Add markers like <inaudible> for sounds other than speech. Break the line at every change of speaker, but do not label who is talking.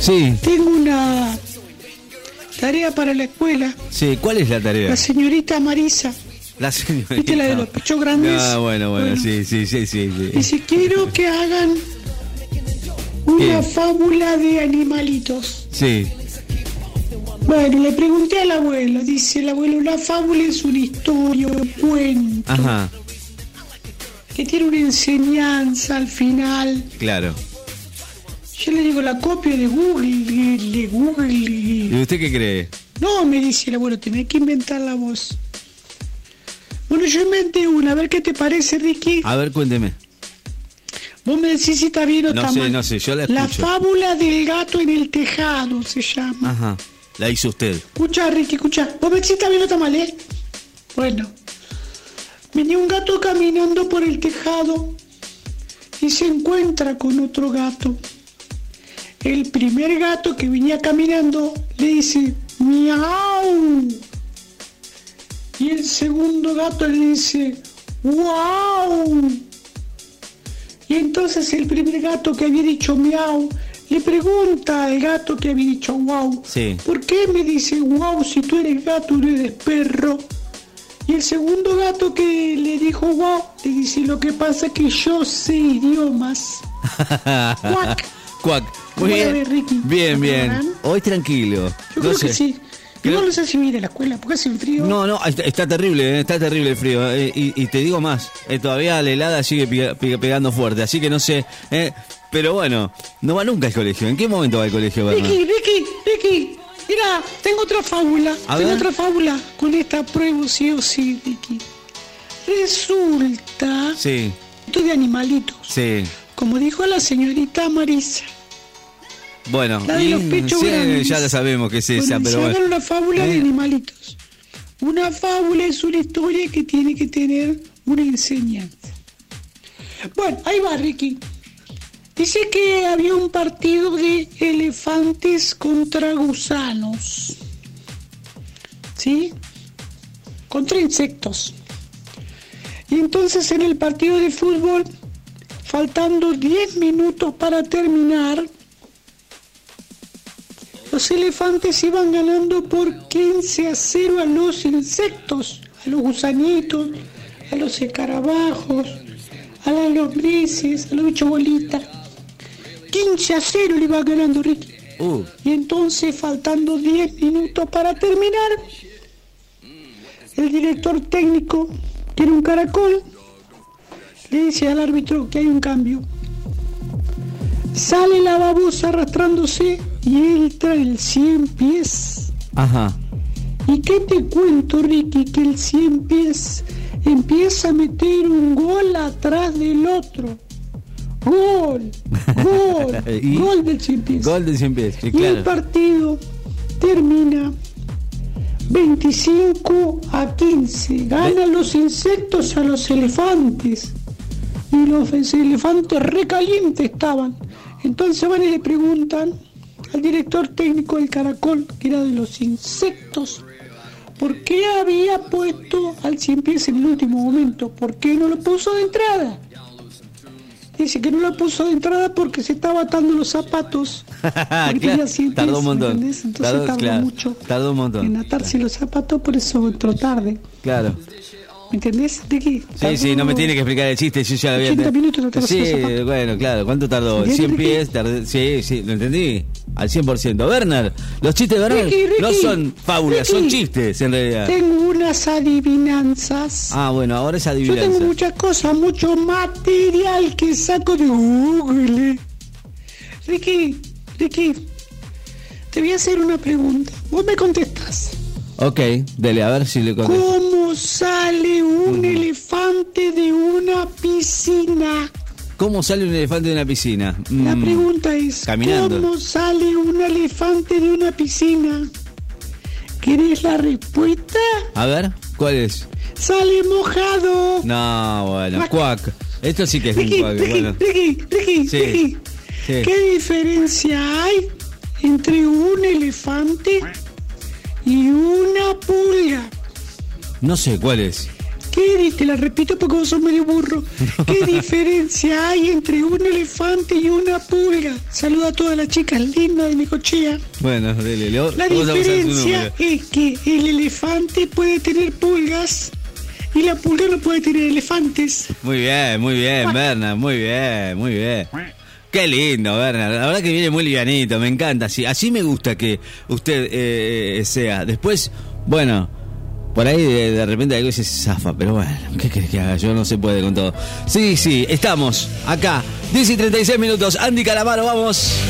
Sí,
Tengo una tarea para la escuela.
sí. ¿Cuál es la tarea?
La señorita Marisa
La señorita.
¿Viste la de
<laughs>
los pechos grandes?
Ah, bueno, bueno,
Bueno.
sí, sí, sí, sí. sí.
dice, quiero que hagan una
Bien.
fábula de animalitos.
Sí.
Bueno, le pregunté al abuelo, dice el abuelo, la fábula es una historia, un cuento,
Ajá,
que tiene una enseñanza al final.
claro.
Yo le digo, la copia de Google, de Google.
¿Y usted qué cree?
No, me dice el abuelo, tenés que inventar la voz. Bueno, yo inventé una, a ver qué te parece, Ricky.
A ver, cuénteme.
Vos me decís si está bien o
No
está
sé,
mal.
no sé, yo la escucho. Ah.
fábula del gato en el tejado se llama.
Ajá. La hizo usted.
Escucha, Ricky, escucha. Vos me decís si está bien o está mal, ¿eh? Bueno. Venía un gato caminando por el tejado y se encuentra con otro gato. El primer gato que venía caminando le dice, miau. Y el segundo gato le dice, wow. Y entonces el primer gato que había dicho miau le pregunta al gato que había dicho wow.
Sí.
¿Por qué me dice wow si tú eres gato y no eres perro? Y el segundo gato que le dijo wow le dice lo que pasa es que yo sé idiomas. Cuac.
<laughs> Cuac. Muy
Buena
bien.
vez, Ricky.
Bien,
¿Lo
bien.
probarán?
Hoy tranquilo. No
Yo creo
sé.
que sí.
Creo-
Igual no sé si voy a ir a la escuela porque hace un frío.
No, no, está, está terrible, eh, está terrible el frío. eh, y, y te digo más, eh, todavía la helada sigue piga- piga- pegando fuerte, así que no sé. eh, pero bueno, no va nunca al colegio. ¿En qué momento va al colegio, Bernard?
Ricky, Ricky, Ricky. Mira, tengo otra fábula.
A
tengo
ver.
otra fábula. Con esta pruebo sí o sí, Ricky. Resulta.
Sí,
Esto de animalitos.
sí.
Como dijo la señorita Marisa.
Bueno,
La de los
y-
pechos
sí,
grandes.
ya la sabemos que es esa,
Bueno, se
pero
hagan
bueno. Eh,
una fábula de animalitos. Una fábula es una historia que tiene que tener una enseñanza. Bueno, ahí va Ricky. Dice que había un partido de elefantes contra gusanos. ¿Sí? Contra insectos. Y entonces en el partido de fútbol, faltando 10 minutos para terminar, los elefantes iban ganando por 15 a 0 a los insectos, a los gusanitos, a los escarabajos, a las lombrices, a los bichos bolitas. 15 a 0 le iba ganando Ricky.
Uh,
Y entonces, faltando 10 minutos para terminar, el director técnico, que era un caracol, le dice al árbitro que hay un cambio. Sale la babosa arrastrándose y entra el 100 pies.
ajá.
¿Y qué te cuento, Ricky? Que el 100 pies empieza a meter un gol atrás del otro. Gol, gol,
¿Y?
gol del 100 pies.
Golden sin pies, sí,
Y el
claro.
partido termina 25 a 15. Ganan los insectos a los elefantes. Y los elefantes recalientes estaban. Entonces van y le preguntan al director técnico del caracol, que era de los insectos, ¿por qué había puesto al cien pies en el último momento? ¿Por qué no lo puso de entrada? Dice que no lo puso de entrada porque se estaba atando los zapatos.
<laughs>
Porque
Claro,
tenía cien
tardó
pies,
un montón.
¿entendés? Entonces
Tardó-
tardó
claro,
mucho
tardó un montón.
en atarse los zapatos, por eso entró tarde.
Claro.
¿Me entendés? ¿De qué?
Sí, sí, no me tiene que explicar el chiste, yo ya lo había
80 minutos no te vas a
Sí,
hacer zapato.
bueno, claro, ¿cuánto tardó?
¿Entendés,
100
Ricky?
pies, tardé- sí, sí, lo entendí, al 100%. Werner, los chistes de Werner
Ricky, Ricky,
no son fábulas, son
Ricky.
chistes en realidad.
Tengo unas adivinanzas.
Ah, bueno, ahora es
Yo
adivinanza.
tengo muchas cosas, mucho material que saco de Google. Ricky, Ricky, te voy a hacer una pregunta. Vos me contestas.
Ok, dele, a ver si le contesto.
¿Cómo sale un elefante de una piscina?
¿Cómo sale un elefante de una piscina?
La
Mm,
pregunta es,
caminando.
¿cómo sale un elefante de una piscina? ¿Querés la respuesta?
A ver, ¿cuál es?
Sale mojado.
No, bueno,
Cuac.
cuac. Esto sí que es un
Ricky,
cuac,
Ricky,
bueno.
Ricky, Ricky,
Sí,
Ricky.
sí.
¿Qué diferencia hay entre un elefante y una pulga?
No sé cuál es.
¿Qué di- te la repito porque vos sos
<laughs>
medio burro. ¿Qué diferencia hay entre un elefante y una pulga? Saluda a todas las chicas lindas de mi cochea.
Bueno, dele, Leo.
La
vamos a pasar su
diferencia
número.
es que el elefante puede tener pulgas y la pulga no puede tener elefantes.
Muy bien, muy bien, Bernard, muy bien, muy bien. Qué lindo, Bernard. La verdad que viene muy livianito, me encanta. Así, así me gusta que usted eh, eh, sea. Después, bueno, por ahí de, de repente algo se zafa, pero bueno, ¿qué querés que haga? Yo no se puede con todo. Sí, sí, estamos acá. 10 y 36 minutos. Andy Calamaro, vamos.